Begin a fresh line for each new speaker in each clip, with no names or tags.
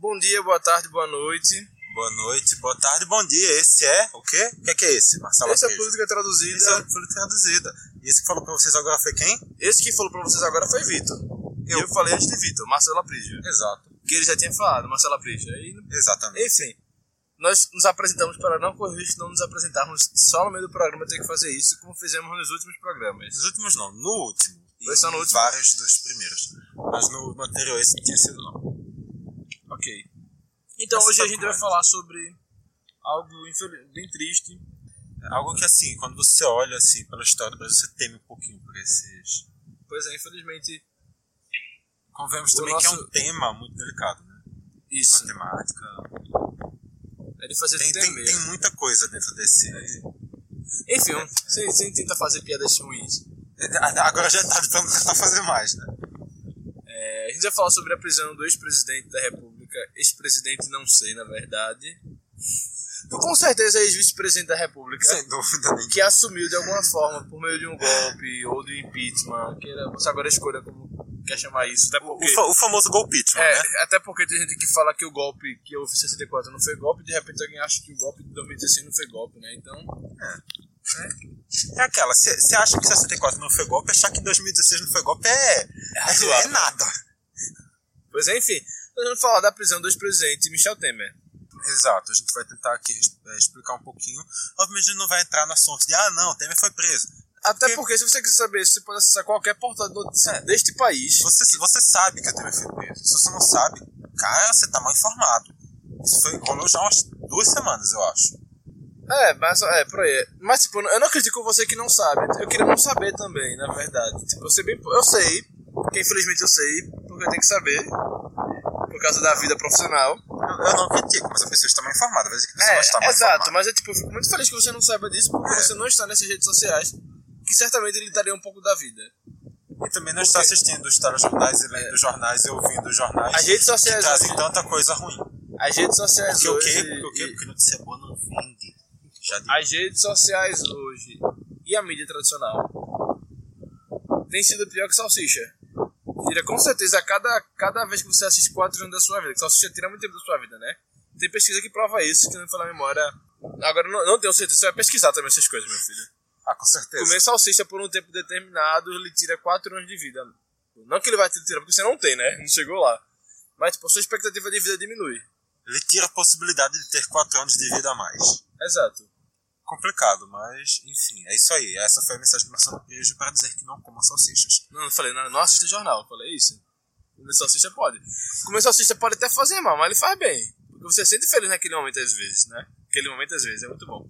Bom dia, boa tarde, boa noite.
Boa noite, boa tarde, bom dia. Esse é o quê? O que é, que é esse, Marcelo?
Essa é a
Queijo?
política traduzida.
Esse é o Política Traduzida. E esse que falou pra vocês agora foi quem?
Esse que falou pra vocês agora foi Vitor. Eu, É. eu falei antes de Vitor, Marcelo Aprijo.
Exato.
Que ele já tinha falado, Marcelo Aprijo. Aí,
Exatamente.
enfim, nós nos apresentamos para não correr o risco de não nos apresentarmos só no meio do programa ter que fazer isso, como fizemos nos últimos programas.
Nos últimos não, no último. E
Foi só no
em
último?
Vários dos primeiros. Mas no, no anterior esse não tinha sido não.
Ok. Então
Essa
hoje
tá
a gente vai
correndo.
falar sobre algo infeli- bem triste.
É Algo que assim, quando você olha assim pela história do Brasil, você teme um pouquinho por esses...
Pois é, infelizmente,
Convemos
O
também que é
nosso-
um tema muito delicado, né?
isso.
Matemática.
É de fazer
Tem, tem,
temer.
tem muita coisa dentro desse...
Enfim, um, sem, sem tentar fazer piadas ruins.
Agora já é tarde pra não tentar fazer mais, né?
É, a gente vai falar sobre a prisão do ex-presidente da República. Ex-presidente, não sei, na verdade. Tu com certeza é ex-vice-presidente da República.
Sem dúvida nenhuma.
Que assumiu de alguma forma, por meio de um golpe ou do impeachment. Queira, você agora escolha como quer chamar isso. Até porque,
O, fa- o famoso golpite,
é,
né?
até porque tem gente que fala que o golpe que houve em 64 não foi golpe, de repente alguém acha que o golpe de 2016 não foi golpe, né? Então,
É aquela, você acha que 64 não foi golpe, achar que 2016 não foi golpe é, é, é nada.
pois é, enfim. Nós vamos falar da prisão do ex-presidente Michel Temer.
Exato, a gente vai tentar aqui eh, explicar um pouquinho. Obviamente a gente não vai entrar no assunto de, ah não, Temer foi preso.
Até porque, É. se você quiser saber, você pode acessar qualquer portal de notícia deste país.
Você, você sabe que o Temer foi preso. Se você não sabe, cara, você tá mal informado. Isso foi, rolou já umas duas semanas, eu acho.
É, mas é, por aí. Mas, tipo, eu não critico você que não sabe. Eu queria não saber também, na verdade. Tipo, eu sei bem. Eu sei, porque infelizmente eu sei, porque eu tenho que saber. Por causa da vida profissional.
Eu, eu não critico, mas a pessoa está mal informada. Vai dizer que a pessoa não está mal
exato,
informada.
mas é tipo, eu fico muito feliz que você não saiba disso,
É.
porque você não está nessas redes sociais, que certamente ele daria um pouco da vida.
E também não está assistindo os telejornais e lendo os jornais e ouvindo os jornais
As redes
que
sociais.
trazem
hoje-
tanta coisa ruim.
As redes sociais.
Porque o quê?
hoje-
Porque o quê? Porque notícia boa não vende. Já digo.
as redes sociais hoje e a mídia tradicional tem sido pior que salsicha. Tira com certeza a cada, cada vez que você assiste 4 anos da sua vida, que salsicha tira muito tempo da sua vida, né? Tem pesquisa que prova isso, que não me fala a memória. Agora, não, não tenho certeza, você vai pesquisar também essas coisas, meu filho.
Ah, com certeza.
Comer salsicha por um tempo determinado, ele tira 4 anos de vida. Não que ele vai te tirar, porque você não tem, né? Não chegou lá. Mas, tipo, a sua expectativa de vida diminui.
Ele tira a possibilidade de ter 4 anos de vida a mais.
Exato.
Complicado, mas enfim, é isso aí. Essa foi a mensagem do Marcelo Prejo para dizer que não coma salsichas.
Não, eu falei, não, não assista jornal. Eu falei é isso. Comer salsicha pode. Comer salsicha pode até fazer mal, mas ele faz bem. Porque você se sente feliz naquele momento às vezes, né? Aquele momento às vezes, é muito bom.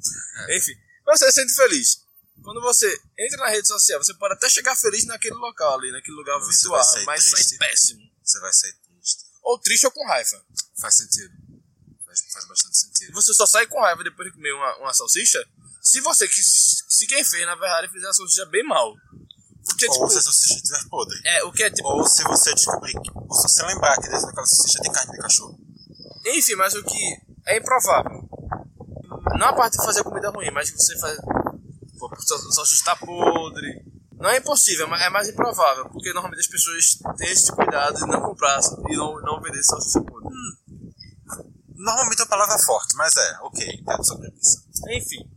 Enfim, você se sente feliz. Quando você entra na rede social, você pode até chegar feliz naquele local ali, naquele lugar
Você
virtual,
vai sair
mas sai
triste.
péssimo.
Você vai sair triste.
Ou triste ou com raiva.
Faz sentido. Faz, faz bastante sentido.
Você só sai com raiva depois de comer uma, uma salsicha se você, que, se quem fez, na verdade, fizer a salsicha bem mal. Porque,
Ou
tipo,
se a salsicha estiver podre.
é, o que é, tipo,
Ou se você descobrir, que- ou se você lembrar que dentro daquela salsicha tem carne de cachorro.
Enfim, mas o que é improvável. Não a parte de fazer comida ruim, mas que você faz. Pô, sal- Salsicha tá podre. Não é impossível, mas é mais improvável, porque normalmente as pessoas têm esse cuidado de não comprar e não, não vender salsicha podre.
Normalmente é uma palavra forte, mas é, ok, entendo sua premissa.
Enfim,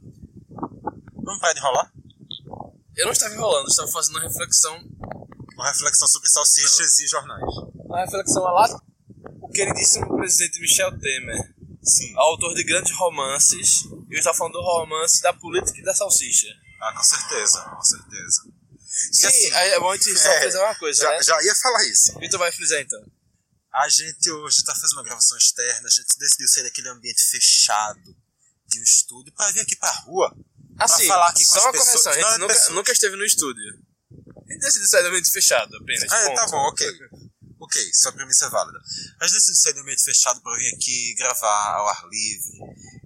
Vamos parar de enrolar?
eu não estava enrolando, eu estava fazendo uma reflexão.
Uma reflexão sobre salsichas e jornais.
Uma reflexão a lá. O queridíssimo presidente Michel Temer,
Sim.
autor de grandes romances, e eu estava falando do romance da política e da salsicha.
Ah, com certeza, com certeza.
Sim,
assim,
aí é bom a gente só
é,
frisar uma coisa, né?
já ia falar isso.
Vitor vai frisar então.
A gente hoje está fazendo uma gravação externa, a gente decidiu sair daquele ambiente fechado de um estúdio para vir aqui para rua.
Assim,
falar aqui com
só
as
uma
pessoas,
correção, a gente
não é
nunca,
pessoas.
nunca esteve no estúdio. A gente decidiu sair do ambiente fechado apenas.
Ah, é,
ponto.
tá bom, ok. Ok, sua premissa é válida. A gente decidiu sair do ambiente fechado para vir aqui gravar ao ar livre,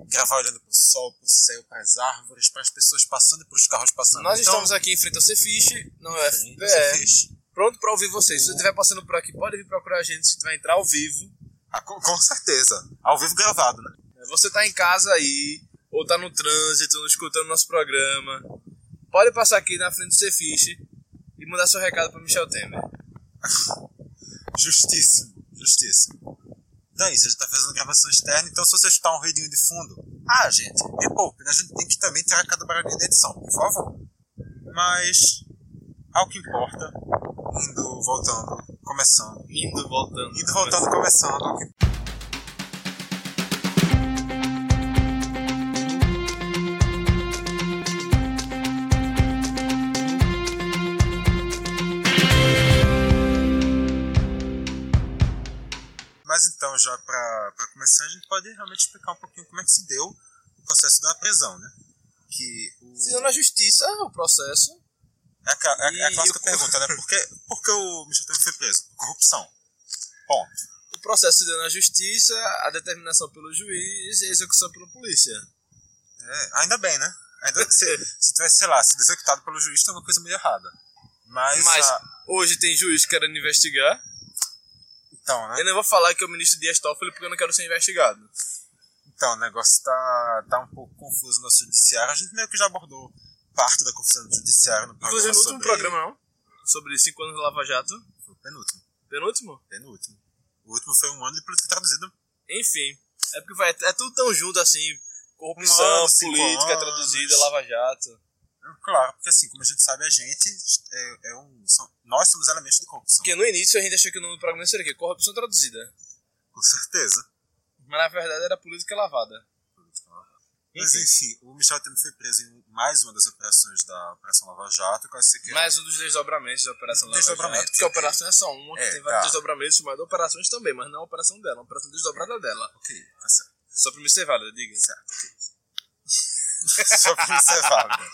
gravar olhando para o sol, para o céu, para as árvores, para as pessoas passando e para os carros passando.
Nós
Então,
estamos aqui em frente ao Cefish, não é
sim, você
FPE,
fez.
pronto pra ouvir vocês. Se você estiver passando por aqui, pode vir procurar a gente, se tu vai entrar ao vivo.
Ah, com, com certeza. Ao vivo gravado, né?
Você tá em casa aí, ou tá no trânsito, escutando nosso programa, pode passar aqui na frente do Cefish e mandar seu recado pra Michel Temer.
Justíssimo, justíssimo. Então é isso, a gente tá fazendo gravação externa, então se você escutar um ruidinho de fundo, ah, gente, me poupe, né? a gente tem que também tirar cada barulhinho da edição, por favor. Mas, ao que importa, indo, voltando, começando.
Indo, voltando.
Indo, voltando, começando. ao que- Mas então, já pra, pra começar, a gente pode realmente explicar um pouquinho como é que se deu o processo da prisão, né? Que o...
Se não na justiça, o processo.
É a, ca- é a- é a
E
clássica
o-
pergunta, né? Por que, por que o Michel Temer foi preso? Por corrupção. Ponto.
O processo se deu na justiça, a determinação pelo juiz e a execução pela polícia.
É, ainda bem, né? Ainda, se, se tivesse, sei lá, sido executado pelo juiz, tem alguma coisa meio errada. Mas.
Mas-
ah,
Hoje tem juiz querendo investigar.
então, né?
Eu não vou falar que é o ministro Dias Toffoli porque eu não quero ser investigado.
Então, o negócio tá, tá um pouco confuso no nosso judiciário. A gente meio que já abordou parte da confusão do judiciário no programa.
Inclusive no último
sobre-
programa, não? Sobre 5 anos de Lava Jato.
Foi o penúltimo.
Penúltimo?
Penúltimo. O último foi um ano de política traduzida.
Enfim. É porque vai, é tudo tão junto assim. Corrupção,
Um ano, cinco
política,
anos.
traduzida, Lava Jato.
Claro, porque assim, como a gente sabe, a gente é, é um. são- nós somos elementos de corrupção.
Porque no início a gente achou que o nome do programa seria o quê? Corrupção traduzida.
Com certeza.
Mas na verdade era política lavada.
Mas
Enfim.
enfim, o Michel Temer foi preso em mais uma das operações da Operação Lava Jato, que eu sei que era-
Mais um dos desdobramentos da Operação Lava
Desdobramento,
Jato. Porque a
porque-
operação é só uma, que
É,
tem vários
tá.
desdobramentos, mas operações também, mas não a operação dela, a operação desdobrada dela.
Ok, tá certo.
Só pra me ser válida, diga.
Só pra observar, né?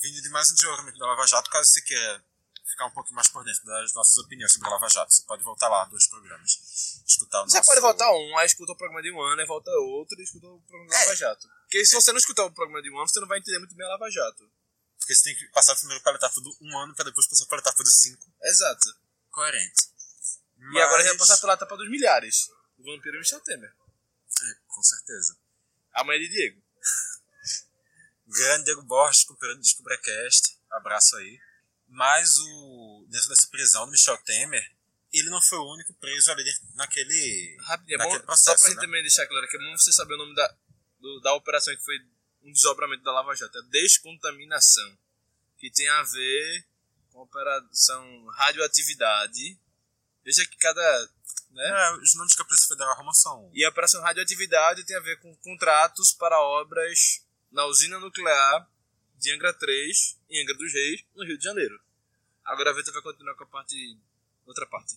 Vindo de mais um desdobramento da Lava Jato, caso você queira ficar um pouco mais por dentro das nossas opiniões sobre a Lava Jato, você pode voltar lá, dois programas, escutar o
Você
nosso...
pode voltar um, aí escuta o programa de um ano, aí volta outro e escuta o programa da
É.
Lava Jato. Porque se você não escutar o programa de um ano, você não vai entender muito bem a Lava Jato.
Porque você tem que passar primeiro pela etapa do um ano, pra depois passar pela etapa do cinco.
Exato.
Coerente.
E agora a gente vai passar pela etapa dos milhares. O vampiro e o Michel Temer.
é, Com certeza.
A mãe de Diego.
Grande Diego Borges, companheiro do DescubraCast, abraço aí. Mas o, dentro dessa prisão do Michel Temer, ele não foi o único preso ali dentro- naquele.
Rapidinho, é
Naquele
bom, só
processo,
pra gente
né?
também deixar claro que é bom você saber o nome da, do- da operação que foi um desdobramento da Lava Jato. É descontaminação. Que tem a ver com a operação radioatividade. Veja que cada... Né?
É, os nomes que a Polícia Federal arruma são.
E a operação radioatividade tem a ver com contratos para obras na usina nuclear de Angra 3, em Angra dos Reis, no Rio de Janeiro. Agora a Veta vai continuar com a parte. outra parte.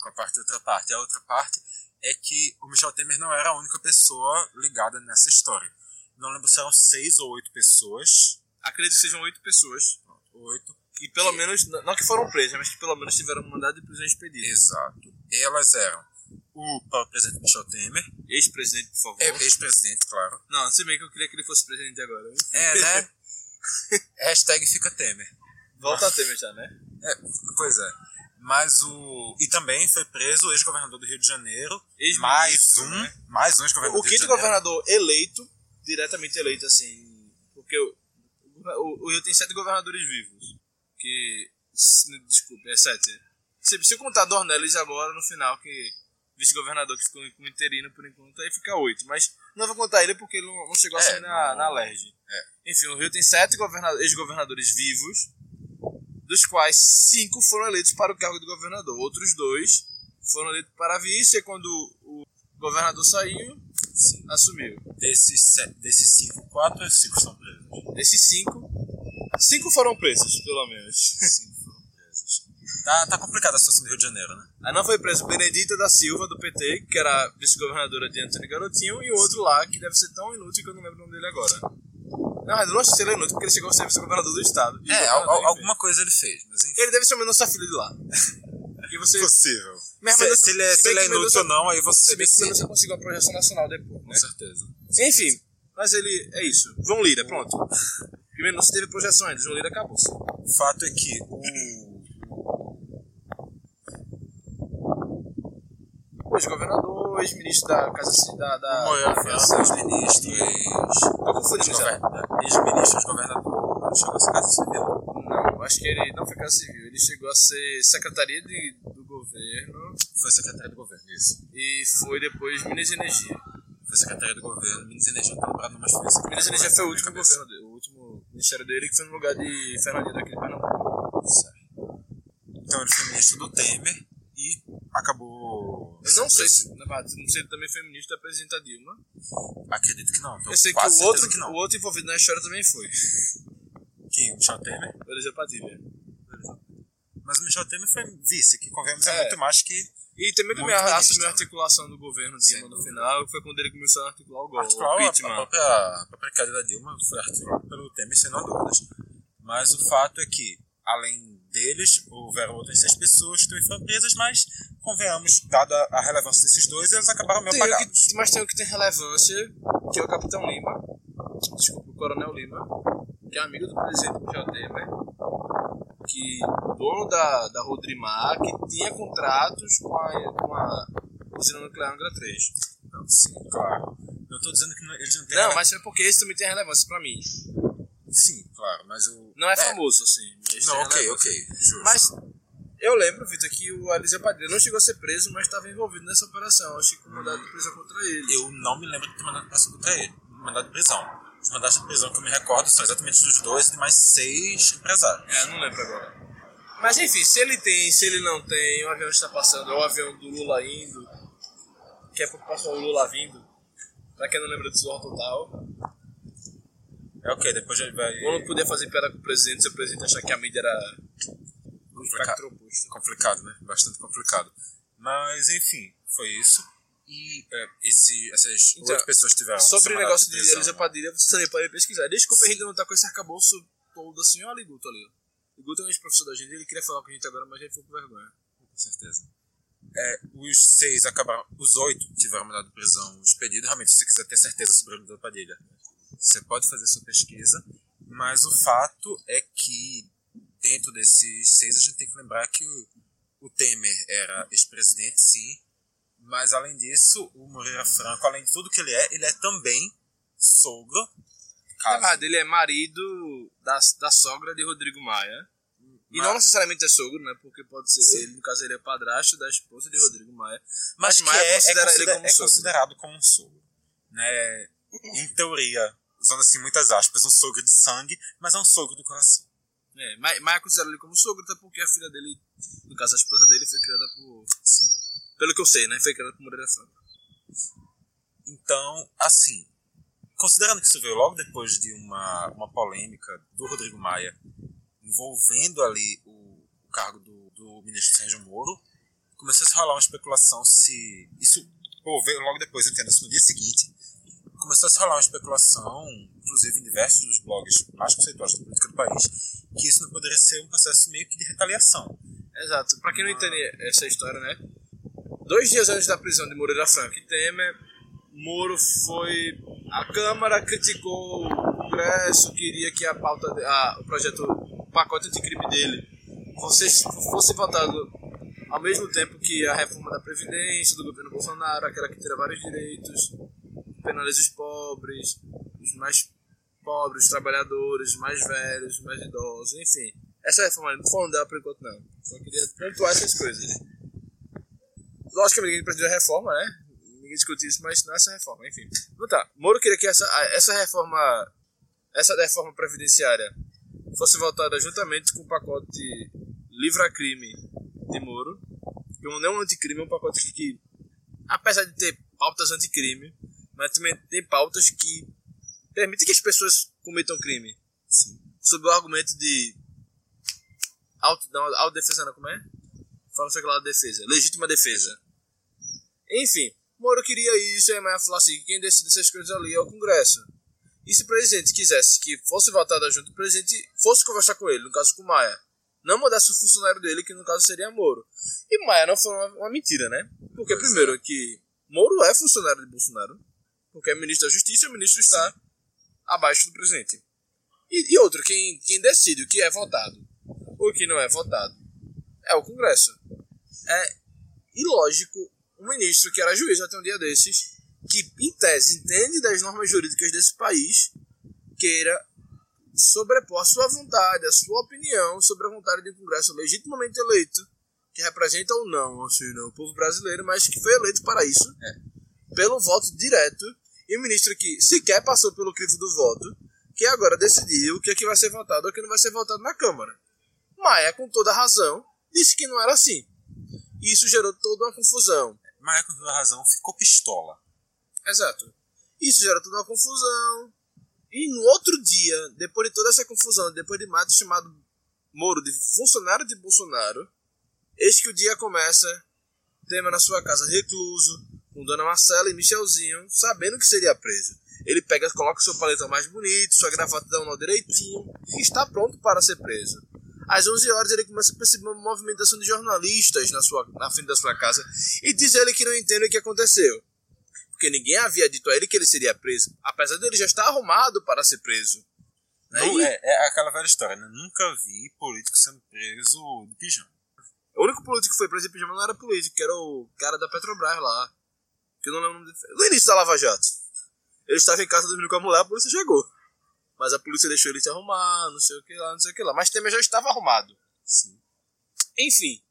Com a parte e outra parte. A outra parte é que o Michel Temer não era a única pessoa ligada nessa história. Não lembro se eram seis ou oito pessoas.
Acredito que sejam oito pessoas.
Oito.
E pelo menos, n- não que foram presas, mas que pelo menos tiveram um mandado de prisão expedido.
Exato. Elas eram o próprio presidente Michel Temer,
Ex-presidente, por favor.
é o ex-presidente, claro.
Não, se bem que eu queria que ele fosse presidente agora. Enfim.
É, né? Hashtag fica Temer.
Volta a Temer já, né?
É, pois é. Mas o. E também foi preso o ex-governador do Rio de Janeiro.
Ex-ministro,
mais um.
né?
Mais um ex-governador
O
do Rio de
quinto
Janeiro.
governador eleito, diretamente eleito, assim. Porque o, o, o Rio tem sete governadores vivos. Que. se- Desculpe, é sete. Se, se eu contar Dornelles agora no final, que vice-governador que ficou com interino por enquanto, aí fica oito. Mas não vou contar ele porque ele não, não chegou a
É,
sair na,
não- É.
na LERJ. Enfim, o Rio tem sete governa- ex-governadores vivos, dos quais cinco foram eleitos para o cargo de governador. Outros dois foram eleitos para vice, e quando o governador saiu,
Sim.
assumiu.
Desses, sete, desses cinco, quatro e cinco são presos.
Desses cinco, cinco foram presos, pelo menos.
Cinco foram presos. Tá, tá complicada a situação do Rio de Janeiro, né?
Aí não foi preso Benedita da Silva, do PT, que era vice-governadora de Antônio Garotinho, e o outro lá, que deve ser tão inútil que eu não lembro o nome dele agora. Não, mas não acho que ele é inútil, porque ele chegou a ser vice-governador do estado. E
É, al-
governador,
al-
enfim.
alguma coisa ele fez, mas enfim.
Ele deve ser o Mendonça Filho de lá. E você...
Possível.
Mas
Se,
Mendonça-
se ele é,
é se
se
bem
ele é
que
inútil
Mendonça-
ou não, aí você
Se bem que
decide.
Mendonça conseguiu a projeção nacional depois, né?
Com certeza.
Enfim, mas ele... É isso. João Lira, pronto. Primeiro não se teve projeção ainda, João Lira acabou-se.
O fato é que o.
Ex-governador, ex-ministro da Casa Ci- da, da,
O Moel
da-
foi ex-ministro, ex.
Tô confundindo já.
Ex-governador, ex-ministro, governador chegou a ser casa civil.
Não, acho que ele não foi Casa Civil. Ele chegou a ser Secretaria de, do Governo.
Foi secretária do governo, isso.
E foi depois Minas e Energia.
Foi secretária do governo, Minas e Energia, não tô lembrado, mas foi secretária.
Minas e Energia foi o
Na
último
minha cabeça.
governo, dele, o último ministério dele que foi no lugar de Fernandinho daquele Pernambuco.
Certo. Então ele foi ministro do Temer e acabou.
Eu não sei se, na verdade, não sei se também foi ministro da presidenta Dilma.
Acredito que não. Tenho
Eu sei que
quase
o
certeza
outro,
que não.
o outro envolvido na história também foi.
Quem? O Michel Temer?
O Eliseu Padilha.
Mas o Michel Temer foi vice, que convenhamos é
É.
muito mais que
E também que
Muito
me
ministro,
assumiu a
né?
articulação do governo Dilma
Sem
no final, foi quando ele começou a articular o golpe.
articular
o
a,
impeachment.
a própria, a própria queda da Dilma foi articulada pelo Temer, sem não dúvidas. Mas o fato é que, além deles, houveram outras seis pessoas que também foram presas, mas, convenhamos, dada a relevância desses dois, eles acabaram meio
Tem o
apagados.
que, mas tem o que tem relevância, que é o Capitão Lima. Desculpa, o Coronel Lima. Que é amigo do presidente Michel Temer. Que dono da, da Rodrimar, que tinha contratos com a, com a usina nuclear Angra 3.
Não, Então, Sim, claro. Não estou dizendo que não- eles não têm...
Não,
rele-
mas é porque esse também tem relevância pra mim.
Sim, claro, mas o...
Não é, famoso, assim. Mas
Não,
tem
ok,
relevância.
ok, justo.
Mas eu lembro, Vitor, que o Eliseu Padilha não chegou a ser preso, mas estava envolvido nessa operação. Acho que o mandado de prisão contra ele.
eu não me lembro de ter mandado preso contra ele. Mandado de prisão. Os mandados de prisão que eu me recordo são exatamente dos dois e de mais seis empresários.
É, não lembro agora. Mas enfim, se ele tem, se ele não tem, o avião está passando, é o avião do Lula indo, que é pouco passou o Lula vindo, pra quem não lembra do Zorro Total.
É ok, depois ele vai.
Ou não poder fazer piada com o presidente, se o presidente achar que a mídia era um espectro oposto.
complicado, né? Bastante complicado. Mas, enfim, foi isso. E é, esse, essas
Então,
oito pessoas tiveram.
Sobre
seu
o
mandato
negócio de
prisão,
Elisa Padilha, você também pode pesquisar. Desculpa a gente não tá com esse arcabouço todo assim, olha o Liguto ali. ó. Liguto é um ex-professor da gente, ele queria falar com a gente agora, mas ele ficou com vergonha.
Com certeza. É, os seis acabaram. Os oito tiveram mandado de prisão expedido. Realmente, se você quiser ter certeza sobre o Lula Padilha, você pode fazer sua pesquisa. Mas o fato é que, dentro desses seis, a gente tem que lembrar que o, o Temer era ex-presidente, sim. Mas, além disso, o Moreira Franco, além de tudo que ele é, ele é também sogro.
Na
caso-
verdade, ele é marido da, da sogra de Rodrigo Maia. E
Mas-
não necessariamente é sogro, né? Porque pode ser.
Sim.
Ele, no caso, ele é padrasto da esposa de Rodrigo Maia.
mas
Mas
que
Maia
é, é
considera ele
considera-
como
é
sogro.
considerado como um sogro. Né? Em teoria, usando assim muitas aspas, um sogro de sangue, mas é um sogro do coração.
É, Ma- Maia considera ele como sogro, até porque a filha dele, no caso, a esposa dele, foi criada por.
Sim.
Pelo que eu sei, né? Foi criada por Moreira Franco.
Então, assim, considerando que isso veio logo depois de uma, uma polêmica do Rodrigo Maia envolvendo ali o, o cargo do, do ministro Sérgio Moro, começou a se rolar uma especulação se. Isso pô, veio logo depois, entenda-se, no dia seguinte. Começou a se rolar uma especulação, inclusive em diversos dos blogs mais conceituais da política do país, que isso não poderia ser um processo meio que de retaliação.
Exato. Pra quem não entende essa história, né? Dois dias antes da prisão de Moreira Franco e Temer, Moro foi. A Câmara criticou o Congresso, queria que a pauta. de- a- o projeto. O pacote anticrime dele fosse, fosse votado ao mesmo tempo que a reforma da Previdência, do governo Bolsonaro, aquela que tira vários direitos, penaliza os pobres, os mais pobres, os trabalhadores, os mais velhos, os mais idosos, enfim. Essa reforma, não tô falando dela por enquanto, não. Só queria pontuar essas coisas. Logicamente, ninguém precisa de reforma, né? Ninguém discute isso, mas não é essa reforma, enfim. Então tá, Moro queria que essa, a- essa reforma, essa reforma previdenciária fosse votada juntamente com o pacote Livra Crime de Moro, que não é um anticrime, é um pacote que, que apesar de ter pautas anticrime, mas também tem pautas que permitem que as pessoas cometam crime.
Sim.
Sob o argumento de auto, não, autodefesa, não, como é? Fala sei lá, defesa. Legítima defesa. Enfim, Moro queria isso, aí Maia falou assim, quem decide essas coisas ali é o Congresso. E se o presidente quisesse que fosse votada junto, o presidente fosse conversar com ele, no caso com Maia. Não mandasse o funcionário dele, que no caso seria Moro. E Maia não foi uma, uma mentira, né? Porque,
Pois é.
primeiro, que Moro é funcionário de Bolsonaro. Porque é ministro da Justiça e o ministro está abaixo do presidente. E, e outro, quem, quem decide o que é votado ou o que não é votado é o Congresso. É ilógico um ministro que era juiz até um dia desses, que em tese entende das normas jurídicas desse país, queira sobrepor a sua vontade, a sua opinião sobre a vontade de um Congresso legitimamente eleito, que que representa ou não, assim, não, o povo brasileiro, mas que foi eleito para isso, pelo voto direto, e um ministro que sequer passou pelo crivo do voto, que agora decidiu o que, é que vai ser votado ou o que não vai ser votado na Câmara. Maia, com toda razão, disse que não era assim. E isso gerou toda uma confusão.
Maia, com toda razão, ficou pistola.
Exato. Isso gerou toda uma confusão. E no outro dia, depois de toda essa confusão, depois de Mato chamado Moro de funcionário de Bolsonaro, eis que o dia começa, Temer na sua casa recluso, com Dona Marcela e Michelzinho, sabendo que seria preso. Ele pega, coloca seu paletão mais bonito, sua gravata dá um nó direitinho, e está pronto para ser preso. Às 11 horas ele começa a perceber uma movimentação de jornalistas na, sua, na frente da sua casa e diz a ele que não entende o que aconteceu porque ninguém havia dito a ele que ele seria preso, apesar dele já estar arrumado para ser preso. Né?
Não,
E
é, é aquela velha história, né? Nunca vi político sendo preso de pijama.
O único político que foi preso em pijama não era político, que era o cara da Petrobras lá. Que eu não lembro o nome dele. No início da Lava Jato. Ele estava em casa dormindo com a mulher, a polícia chegou. Mas a polícia deixou ele se arrumar, não sei o que lá, não sei o que lá. Mas Temer já estava arrumado.
Sim.
Enfim,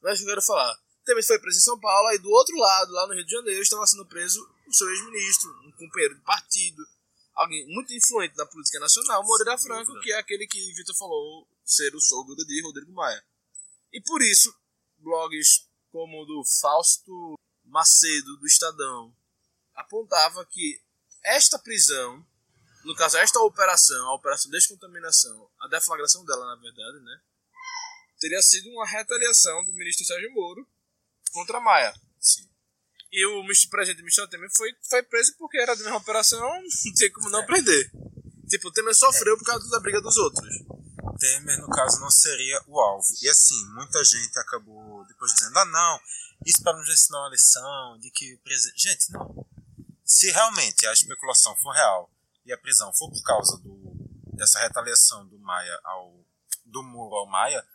mas eu quero falar. Temer foi preso em São Paulo, aí do outro lado, lá no Rio de Janeiro, estava sendo preso o seu ex-ministro, um companheiro de partido, alguém muito influente na política nacional, Moreira
Sem
Franco,
dúvida.
que é aquele que Vitor falou ser o sogro de Rodrigo Maia. E por isso, blogs como o do Fausto Macedo, do Estadão, apontava que esta prisão, no caso, esta operação, a operação descontaminação, a deflagração dela, na verdade, né? teria sido uma retaliação do ministro Sérgio Moro contra Maia. Sim. E o ministro- presidente Michel Temer foi, foi preso porque era da mesma operação, não tinha como não
É.
prender. Tipo, o Temer sofreu por causa da briga dos outros.
Temer, no caso, não seria o alvo. E assim, muita gente acabou depois dizendo, ah não, isso para nos ensinar é uma lição de que... o presi-" Gente, não. Se realmente a especulação for real e a prisão for por causa do, dessa retaliação do Maia ao... do Moro ao Maia,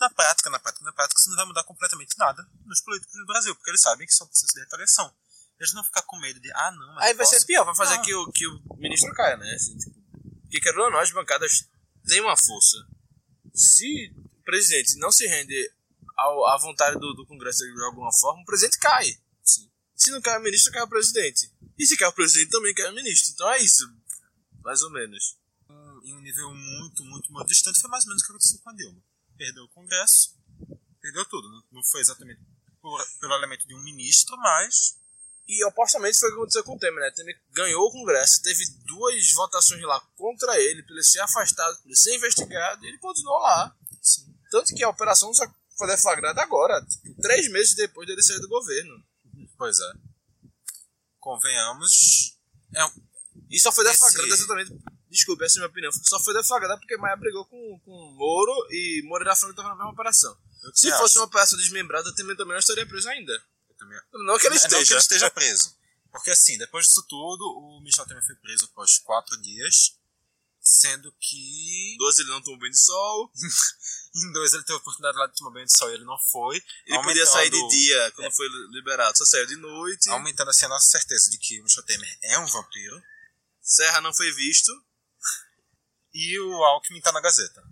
na prática, na prática, na prática, isso não vai mudar completamente nada nos políticos do Brasil, porque eles sabem que isso é um processo de retaliação. Eles não vão ficar com medo de, ah não, mas
Aí
eu
vai
posso
ser pior, vai fazer
Ah.
que o, que o ministro caia, né? Assim, tipo, porque querendo ou não, as bancadas têm uma força. Se o presidente não se rende ao- à vontade do, do Congresso de alguma forma, o presidente cai. Se não cai o ministro, cai o presidente. E se cai o presidente, também cai o ministro. Então é isso, mais ou menos.
um- em um nível muito, muito, muito distante, foi mais ou menos o que aconteceu com a Dilma. Perdeu o Congresso, perdeu tudo. né? Não, não foi exatamente por- pelo elemento de um ministro, mas
E opostamente foi o que aconteceu com o Temer, né? Temer ganhou o Congresso, teve duas votações lá contra ele, pra ele ser afastado, pra ele ser investigado, e ele continuou lá. Tanto que a operação só foi deflagrada agora, tipo, três meses depois dele sair do governo.
pois é. Convenhamos, é um-
E só foi
Esse-
deflagrada exatamente. Desculpe, essa é a minha opinião. Só foi deflagrada porque Maia brigou com, com o Moro e Moreira Franco estava na mesma operação.
eu
Se
também
fosse
acho.
uma operação desmembrada, Temer também não estaria preso ainda. Né,
Eu também-
Não que ele
É, não
esteja.
que ele esteja preso. Porque assim, depois disso tudo, o Michel Temer foi preso após quatro dias, sendo que
12 ele não tomou banho de sol.
em dois ele teve a oportunidade lá de tomar banho de sol e ele não foi.
Ele podia
aumentando- É.
sair de dia quando foi liberado. Só saiu de noite.
Aumentando assim a nossa certeza de que o Michel Temer é um vampiro.
Serra não foi visto.
E o Alckmin tá na Gazeta.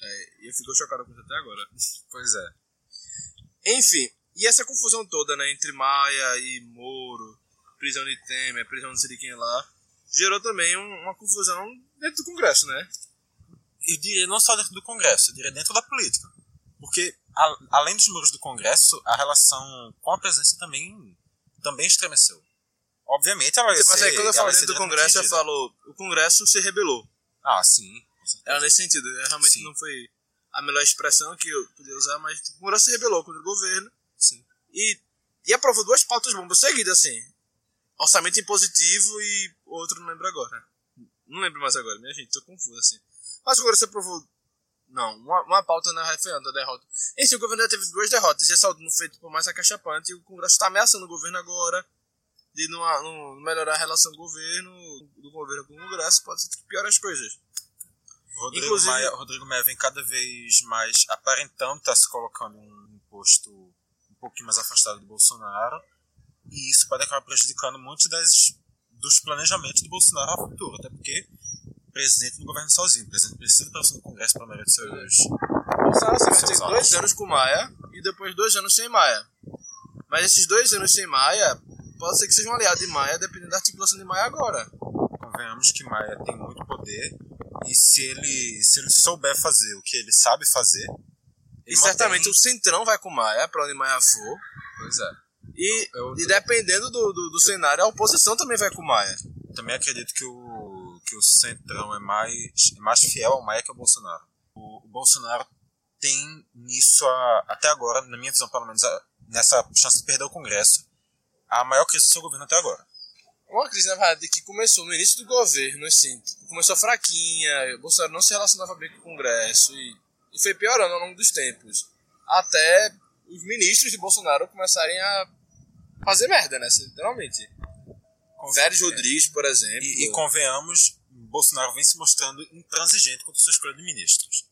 É, e eu fico chocado com isso até agora.
Pois é.
Enfim, e essa confusão toda, né, entre Maia e Moro, prisão de Temer, prisão de não sei de quem lá, gerou também um- uma confusão dentro do Congresso, né?
Eu diria não só dentro do Congresso, eu diria dentro da política. Porque, a- além dos muros do Congresso, a relação com a presença também, também estremeceu. Obviamente ela ia
Mas
ser-
aí quando eu
ela
falo
ia ser
dentro do
diretamente
Congresso, eu
atingida.
falo, o Congresso se rebelou.
Ah, sim. com certeza.
Era nesse sentido, eu realmente
Sim.
não foi a melhor expressão que eu podia usar, mas tipo, o Congresso se rebelou contra o governo
Sim.
e, e aprovou duas pautas bombas seguidas, assim. Orçamento impositivo e outro não lembro agora. Não lembro mais agora, minha gente, tô confuso, assim. Mas o Congresso aprovou. Não, uma, uma pauta na referendo a derrota. Em si, o governo já teve duas derrotas, e esse saldo não feito por mais acachapante, e o Congresso está ameaçando o governo agora de não, a- não melhorar a relação do governo, do governo com o Congresso, pode ser que piore as coisas.
Rodrigo,
Inclusive-
Maia, Rodrigo Maia vem cada vez mais aparentando estar se colocando em um posto um pouquinho mais afastado do Bolsonaro. E isso pode acabar prejudicando muitos das, dos planejamentos do Bolsonaro ao futuro. Até porque o presidente não governa sozinho. O presidente precisa da aprovação do Congresso para a maioria dos seus.
Bolsonaro só assim, vai
Seus
ter
atos.
dois anos com Maia e e depois dois anos sem Maia. Mas esses dois anos sem Maia, pode ser que seja um aliado de Maia, dependendo da articulação de Maia agora.
Convenhamos que Maia tem muito poder e se ele, se ele souber fazer o que ele sabe fazer.
E certamente o Centrão vai com Maia, pra onde Maia for.
Pois é.
E,
Eu- eu-
e dependendo do, do, do cenário, a oposição também vai com Maia.
Também acredito que o, que o Centrão é mais, é mais fiel ao Maia que ao Bolsonaro. O, o Bolsonaro tem nisso, a- até agora, na minha visão, pelo menos, a- nessa chance de perder o Congresso, a maior crise do seu governo até agora.
Uma crise, na verdade, que começou no início do governo, assim, começou fraquinha, o Bolsonaro não se relacionava bem com o Congresso e, e foi piorando ao longo dos tempos. Até os ministros de Bolsonaro começarem a fazer merda, né? assim, Literalmente. Vélez Rodrigues, por exemplo.
E, e convenhamos, Bolsonaro vem se mostrando intransigente quanto à sua escolha de ministros.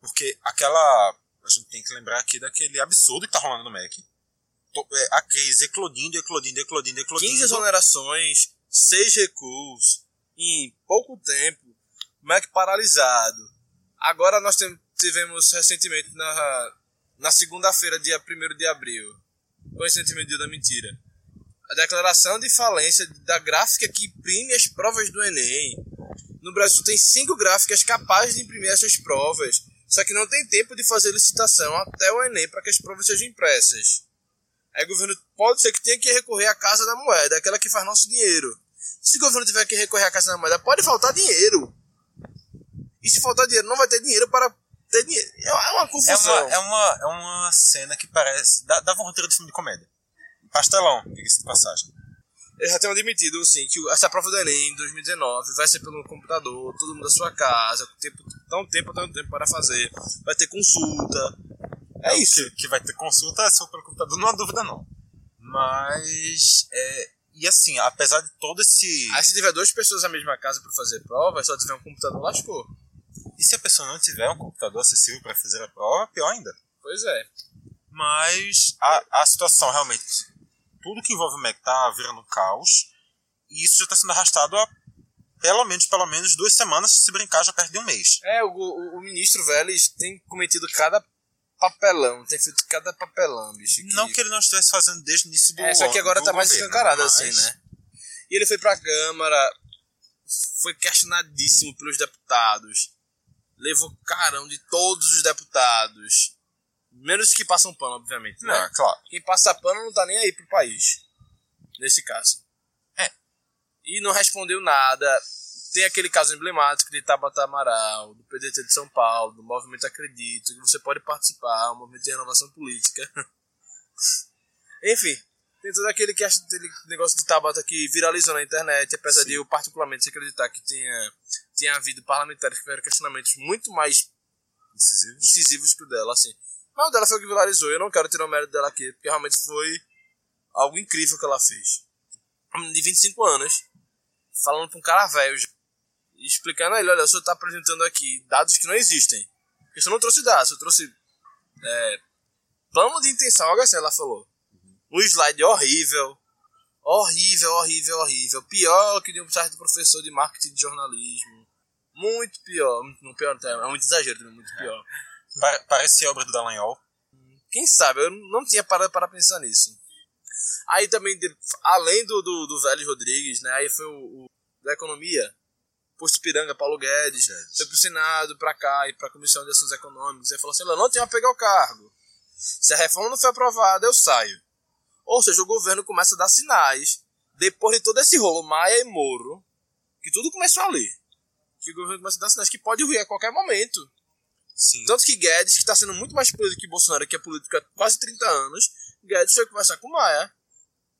Porque aquela. A gente tem que lembrar aqui daquele absurdo que tá rolando no MEC. To- é, A crise eclodindo, eclodindo, eclodindo,
15
eclodindo.
exonerações, 6 recuos, em pouco tempo, Mac paralisado. Agora nós tem- tivemos recentemente, na, na segunda-feira, dia 1 de abril, coincidentemente dia da mentira, a declaração de falência da gráfica que imprime as provas do Enem. No Brasil tem cinco gráficas capazes de imprimir essas provas, só que não tem tempo de fazer licitação até o Enem para que as provas sejam impressas. Aí o governo pode ser que tenha que recorrer à Casa da Moeda, aquela que faz nosso dinheiro. Se o governo tiver que recorrer à Casa da Moeda, pode faltar dinheiro. E se faltar dinheiro, não vai ter dinheiro para ter dinheiro. É uma- é uma
É uma,
confusão.
é, uma, é uma cena que parece. Dá, dava um roteiro de filme de comédia. Pastelão, diga-se de passagem.
Eles já tenham admitido, assim, que o- essa prova do Enem em 2019 vai ser pelo computador, todo mundo da sua casa, com tempo, tão tempo, tanto tempo para fazer, vai ter consulta. É isso.
Que, que vai ter consulta é só pelo computador, não há dúvida não. Mas. É, e assim, apesar de todo esse.
Aí se tiver duas pessoas na mesma casa para fazer prova, só tiver um computador, lascou.
E se a pessoa não tiver um computador acessível para fazer a prova, pior ainda.
Pois é.
Mas a, a situação realmente, tudo que envolve o MEC tá virando um caos. E isso já está sendo arrastado há pelo menos, pelo menos duas semanas, se brincar já perde um mês.
É, o, o, o ministro Vélez tem cometido cada papelão, tem feito cada papelão, bicho.
Não que ele não estivesse fazendo desde o início do
É, só que agora
do
tá mais
governo,
escancarado,
mas-
assim, né? E ele foi pra Câmara, foi questionadíssimo pelos deputados, levou carão de todos os deputados, menos os que passam pano, obviamente.
Não,
Né?
é claro.
Quem passa pano não tá nem aí pro país, nesse caso.
É.
E não respondeu nada. Tem aquele caso emblemático de Tabata Amaral, do PDT de São Paulo, do Movimento Acredito, que você pode participar, o Movimento de Renovação Política. Enfim, tem todo aquele, que, aquele negócio de Tabata que viralizou na internet, apesar de eu particularmente acreditar que tinha, tinha havido parlamentares que fizeram questionamentos muito mais
Incisivo.
decisivos que o dela, assim. Mas o dela foi o que viralizou. Eu não quero tirar o mérito dela aqui, porque realmente foi algo incrível que ela fez. Um menino De 25 anos, falando pra um cara velho, já, e explicando a ele: olha, o senhor tá apresentando aqui dados que não existem. Porque o senhor não trouxe dados, eu trouxe. é, plano de intenção, algo assim, ela falou. Um slide horrível. Horrível, horrível, horrível. Pior que de um site do professor de marketing de jornalismo. Muito pior. Não pior, é muito exagero também, muito pior.
Pa- Parece obra do Dallagnol.
Quem sabe? Eu não tinha parado para pensar nisso. Aí também, de- além do, do, do Velho Rodrigues, né? Aí foi o, o da Economia, Posto Piranga, Paulo Guedes,
Guedes.
foi pro Senado, pra cá, e pra Comissão de Assuntos Econômicos. Aí falou assim: eu não tenho a pegar o cargo. Se a reforma não foi aprovada, eu saio. Ou seja, o governo começa a dar sinais, depois de todo esse rolo Maia e Moro, que tudo começou ali. Que o governo começa a dar sinais que pode ruir a qualquer momento.
Sim.
Tanto que Guedes, que está sendo muito mais político que Bolsonaro, que é político há quase 30 anos, Guedes foi conversar com Maia.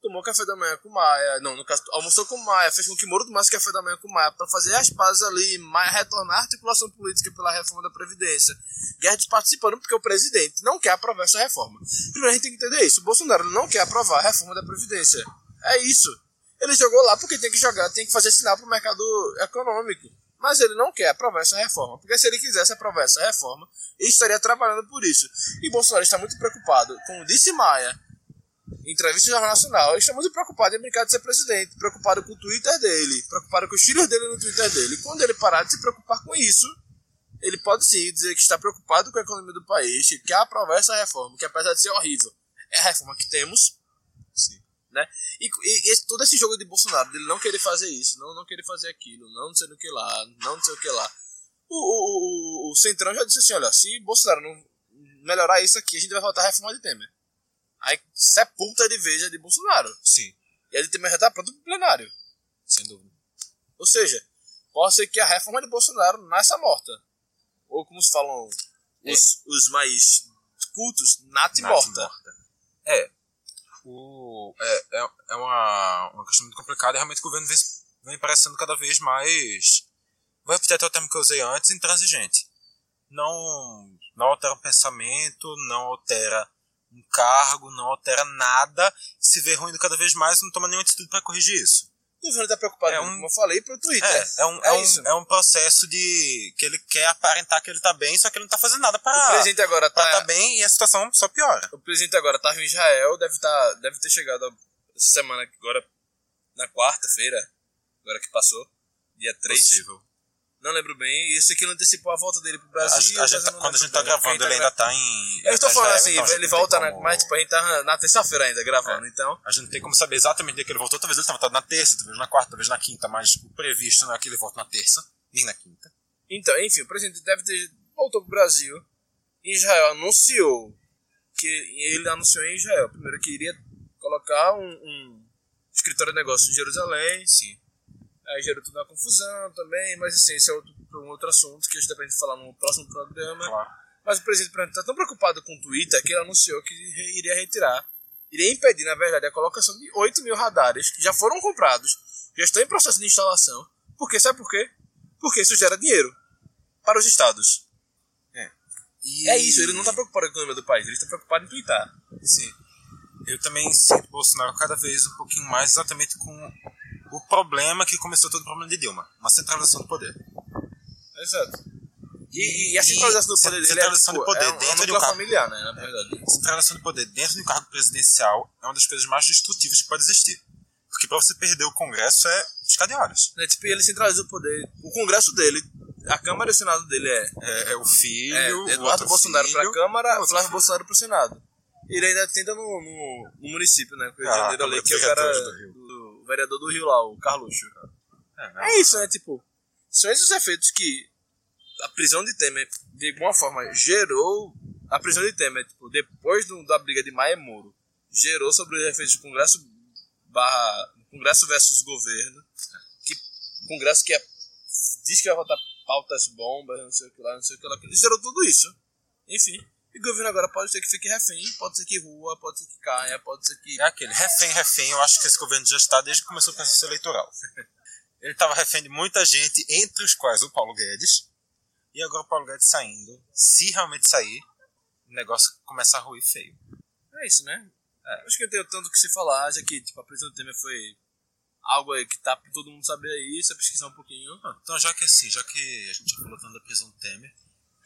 Tomou café da manhã com Maia. Não, no caso, almoçou com Maia. Fez com que Moro tomasse café da manhã com Maia para fazer as pazes ali. Maia retornar à articulação política pela reforma da Previdência. Guedes participando porque o presidente não quer aprovar essa reforma. Primeiro a gente tem que entender isso. O Bolsonaro não quer aprovar a reforma da Previdência. É isso. Ele jogou lá porque tem que jogar, tem que fazer sinal para o mercado econômico. Mas ele não quer aprovar essa reforma. Porque se ele quisesse aprovar essa reforma, ele estaria trabalhando por isso. E Bolsonaro está muito preocupado, como disse Maia, em entrevista ao Jornal Nacional, ele está muito preocupado em brincar de ser presidente, preocupado com o Twitter dele, preocupado com os filhos dele no Twitter dele. Quando ele parar de se preocupar com isso, ele pode sim dizer que está preocupado com a economia do país, que quer aprovar essa reforma, que apesar de ser horrível, é a reforma que temos.
Sim.
Né? E, e- e esse- todo esse jogo de Bolsonaro, dele não querer fazer isso, não, não querer fazer aquilo, não não sei no que lá, não não sei o que lá. O, o, o- o Centrão já disse assim: olha, se Bolsonaro não melhorar isso aqui, a gente vai votar a reforma de Temer. Aí sepulta de vez a de Bolsonaro.
Sim,
E a de Temer já está pronto para o plenário.
sem dúvida.
Ou seja, pode ser que a reforma de Bolsonaro nasça morta. Ou como se falam
É.
os, os mais cultos, nat
Nath
morta.
É. O, é, é, é uma, uma questão muito complicada e realmente o governo vem, se- vem parecendo cada vez mais. Vou repetir até o termo que eu usei antes: intransigente. Não, não altera um pensamento, não altera um cargo, não altera nada. Se vê ruim cada vez mais, não toma nenhuma atitude para corrigir isso.
O governo está preocupado,
É
muito,
um-
como eu falei, para o Twitter.
É, é, um, é,
É isso.
um, é um processo de que ele quer aparentar que ele tá bem, só que ele não tá fazendo nada
O
para
presidente agora
pra
tá,
tá bem e a situação só piora.
o presidente agora tava em Israel, deve tá, deve ter chegado essa semana agora na quarta-feira, agora que passou, dia
É
3. Não lembro bem, e isso aqui não antecipou a volta dele pro
A gente-
Brasil.
a gente
mas Assim, eu
tá-
não
quando a
lembro
gente tá
bem, porque
gravando, ele ainda tá em.
Eu estou
tá em
falando
Israel,
assim,
então a gente
ele
não tem
volta na.
como- É.
Mas tipo, a gente tá na terça-feira ainda gravando, então.
A gente não tem como saber exatamente o dia que ele voltou. Talvez ele tenha voltado na terça, talvez na quarta, talvez na quinta, mas o previsto não é que ele volte na terça, nem na quinta.
Então, enfim, o presidente deve ter voltou pro Brasil. Israel anunciou que ele anunciou em Israel primeiro que iria colocar um, um escritório de negócios em Jerusalém.
Sim.
Aí gerou toda uma confusão também, mas assim, esse é outro, um outro assunto que a gente depende de falar no próximo programa.
Claro.
Mas o presidente está tão preocupado com o Twitter que ele anunciou que re- iria retirar, iria impedir, na verdade, a colocação de 8 mil radares que já foram comprados, já estão em processo de instalação. Porque, sabe por quê? Porque isso gera dinheiro para os estados.
E-
É isso, ele não está preocupado com a economia do país, ele está preocupado em twittar.
Sim. Eu também sinto Bolsonaro cada vez um pouquinho mais exatamente com o problema que começou todo o problema de Dilma uma centralização do poder.
Exato. E, e a centralização do poder dele é,
centralização
tipo,
do poder
é um, é um
dentro de um É.
núcleo
cargo.
familiar, né, na verdade.
centralização de poder dentro de um cargo presidencial é uma das coisas mais destrutivas que pode existir. Porque pra você perder o Congresso é piscar de olhos.
Né, tipo, ele centraliza o poder. O congresso dele, a Câmara e o Senado dele é
É, é o filho,
É,
o
Eduardo
outro
Bolsonaro
filho.
para a Câmara, Flávio Bolsonaro para o Senado. Ele ainda tenta no, no- no município, né? Rio de
Ah,
Janeiro ali,
Câmara
que é o
dos
cara
Vereadores do Rio.
do, o vereador do Rio lá, o Carluxo.
É, né?
É isso, né? Tipo, são esses efeitos que a prisão de Temer, de alguma forma, gerou. A prisão de Temer, tipo, depois do- da briga de Maia e Moro, gerou sobre os efeitos do Congresso barra. Congresso versus governo. Que, congresso que é- diz que vai votar pautas bombas, não sei o que lá, não sei o que lá. que- Gerou tudo isso. Enfim. E o governo agora pode ser que fique refém, pode ser que rua, pode ser que caia, pode ser que.
É aquele refém, refém. Eu acho que esse governo já está desde que começou o processo eleitoral. Ele estava refém de muita gente, entre os quais o Paulo Guedes. E agora o Paulo Guedes saindo. Se realmente sair, o negócio começa a ruir feio.
É isso, né? Acho que eu tenho tanto o que se falar, já que tipo, a prisão do Temer foi algo aí que tá pra todo mundo saber aí, só pesquisar um pouquinho.
Ah, Então, já que assim, já que a gente já falou tanto da prisão do Temer,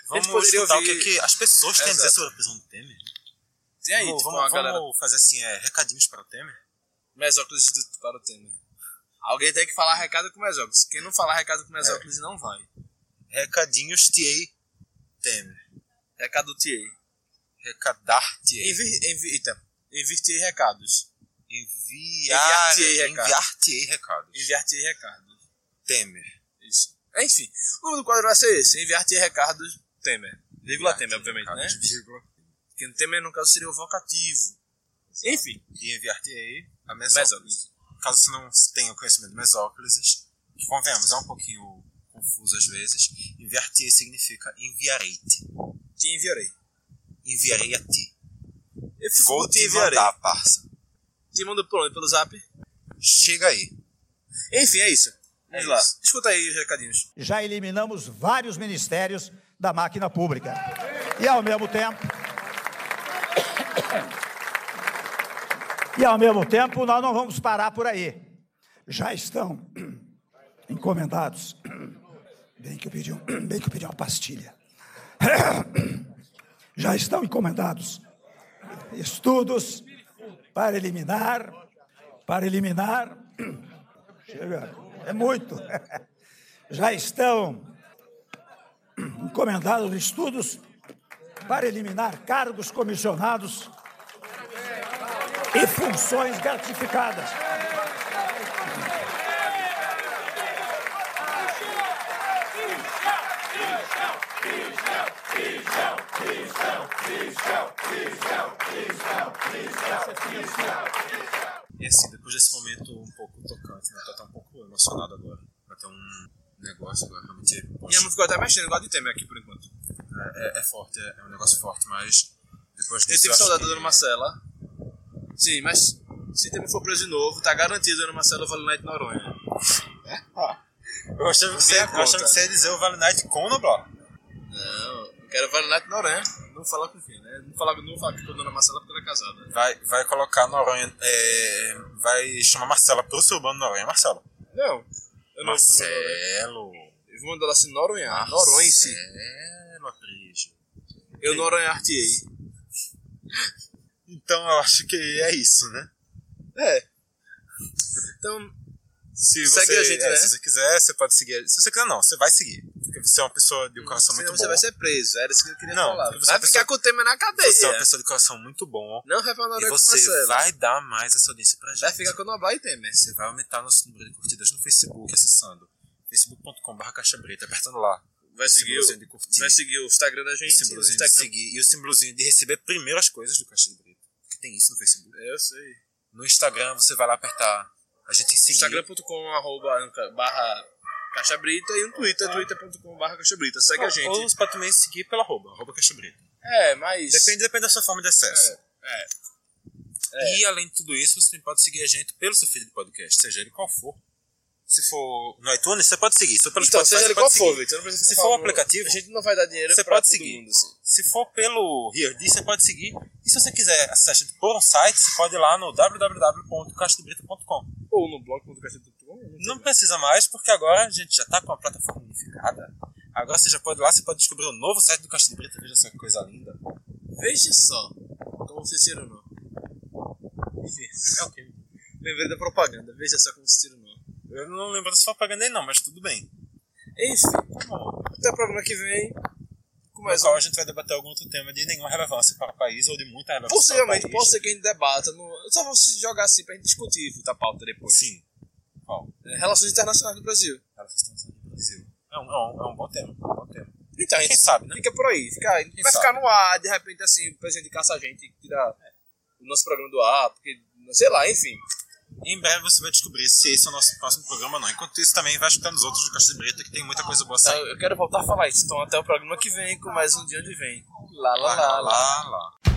vamos
poderia
escutar
ouvir-
o que, que as pessoas têm a dizer
Exato.
sobre a prisão do Temer.
E aí,
vamos,
tipo,
vamos-
uma galera.
vamos fazer assim, é, recadinhos para o Temer?
Mais óculos do- para o Temer. Alguém tem que falar recado com mais óculos. Quem não falar recado com mais
É.
óculos não vai.
Recadinhos TA Temer.
Recado do TA.
Recadar TA.
Envi, envi, eita, envir TA recados. Enviar
Enviar,
TA recado.
enviar TA recados.
Enviar TA recados.
Temer.
Isso. Enfim, o nome do quadro vai ser esse. Enviar TA recados Temer. Vírgula Temer, obviamente, né?
recados, Vírgula.
Porque Temer, no caso, seria o vocativo. Enfim,
E enviar TA a
mais
mesóclise.
óculos.
Caso você não tenha o conhecimento de mesóclises, que convenhamos, é um pouquinho confuso às vezes, enviar TA significa enviarei-te.
Te enviarei.
Enviarei a ti.
Eu fico
Vou
com
te
Tiviaré.
mandar, parça.
Te mando por onde? né, Pelo zap?
Chega aí.
Enfim, é isso. Vamos
É
lá.
isso.
Escuta aí os recadinhos.
já eliminamos vários ministérios da máquina pública. E ao mesmo tempo. E ao mesmo tempo, nós não vamos parar por aí. Já estão encomendados. Bem que eu pedi, um, bem que eu pedi uma pastilha. Já estão encomendados estudos para eliminar, para eliminar. é Chega, é muito já estão encomendados estudos para eliminar cargos comissionados e funções gratificadas.
E assim, depois desse momento um pouco tocante, né? Eu tô até um pouco emocionado agora. Até um negócio agora realmente.
Minha mão ficou até mexendo, gosto de tema aqui por enquanto.
É, é- é forte, é, é um negócio forte, mas depois
Eu
disso.
tive
acho
saudade
que-
da Dona Marcela. Sim, mas se Temer for preso de novo, tá garantido a Dona Marcela Valinete Noronha. É?
Eu achava que você,
Minha
eu achava
conta.
que você ia dizer o Vale Night com o Noblar.
Não, eu quero Valinete Noronha. Não falar com quem, né? Não falar, não vou falar com a Dona Marcela porque ela é casada.
Vai, vai colocar Noronha. É, vai chamar Marcela pelo seu bando Noronha. Marcelo.
Não. Eu não vou falar com a Noronha.
Marcelo.
Eu vou mandar ela se Noronha. Noronha em si.
Marcelo Aprígio.
Eu Noronha arteei.
Então eu acho que é isso, né?
É. Então,
Se você,
Segue a gente,
é,
né?
Se você quiser, você pode seguir. Se você quiser, não, você vai seguir. Porque você é uma pessoa de um coração
senão
muito
Hum, você
bom.
vai ser preso. Era isso que eu queria
Não,
falar.
porque
Vai
você é uma
ficar
pessoa-
com o Temer na cadeia.
Você é uma pessoa de coração muito bom.
Não vai pra Noronha
E
com
você
Marcela.
vai dar mais essa audiência pra gente.
Vai ficar com o Noblar e Temer.
Você vai aumentar nosso número de curtidas no Facebook, acessando facebook.com.br caixabreta, apertando lá.
Vai seguir,
símbolozinho
o,
de curtir.
vai seguir o Instagram da
o
gente. o
símbolozinho de
Instagram-
seguir e o símbolozinho de receber primeiro as coisas do Caixa de Brita. Porque tem isso no Facebook.
É, Eu sei.
No Instagram você vai lá apertar a gente em seguir.
Instagram.com arroba anca, barra Caixa Brita e um Twitter, twitter.com barra Caixa Brita. Segue a gente.
Ou você pode também seguir pela arroba, arroba Caixa Brita.
É, mas.
Depende, depende da sua forma de acesso.
É, é.
E além de tudo isso, você também pode seguir a gente pelo seu feed de podcast, seja ele qual for. Se for no iTunes, você pode seguir. Se for pelo
Então,
Spotify,
seja
você
ele
pode
qual
seguir.
for, Vitor. não precisa
Se
ficar
for um
falando-
aplicativo,
a gente não vai dar dinheiro
você
pra
pode
todo
seguir.
mundo. assim.
Se for pelo HearD, você pode seguir. E se você quiser acessar a gente por um site, você pode ir lá no www.castobrita.com.
Ou no blog.caixa.com.
Não precisa mais, porque agora a gente já está com uma plataforma unificada. Agora você já pode ir lá, você pode descobrir o novo site do Caixa de Brita. Veja só que coisa linda.
Veja só como vocês tiram não. Enfim,
É ok.
lembrei da propaganda. Veja só como vocês tiram não.
Eu não lembro dessa propaganda aí não, mas tudo bem.
Enfim, até o programa que vem. Com mais
Mas
um.
hoje é a gente vai debater algum outro tema de nenhuma relevância para o país ou de muita relevância
Possivelmente,
para o país.
pode ser que a gente debata. No... Só vamos se jogar assim pra gente discutir da pauta depois.
Sim. Bom,
É, Relações internacionais do Brasil.
elas estão sendo do Brasil. É um, é, um, é um bom tema, é um bom tema.
Então, a gente
Quem sabe, né?
fica por aí. Fica, vai
sabe?
ficar no ar, de repente, assim, o presidente caça a gente, tira o nosso programa do ar, porque, sei lá, enfim.
Em breve você vai descobrir se esse é o nosso próximo programa ou não. Enquanto isso, também vai escutando os outros do Caixa de Brita, que tem muita coisa boa
Então,
saindo.
eu quero voltar a falar isso. Então, até o programa que vem, com mais um dia onde vem. Lá, lá, lá, lá.
lá, lá.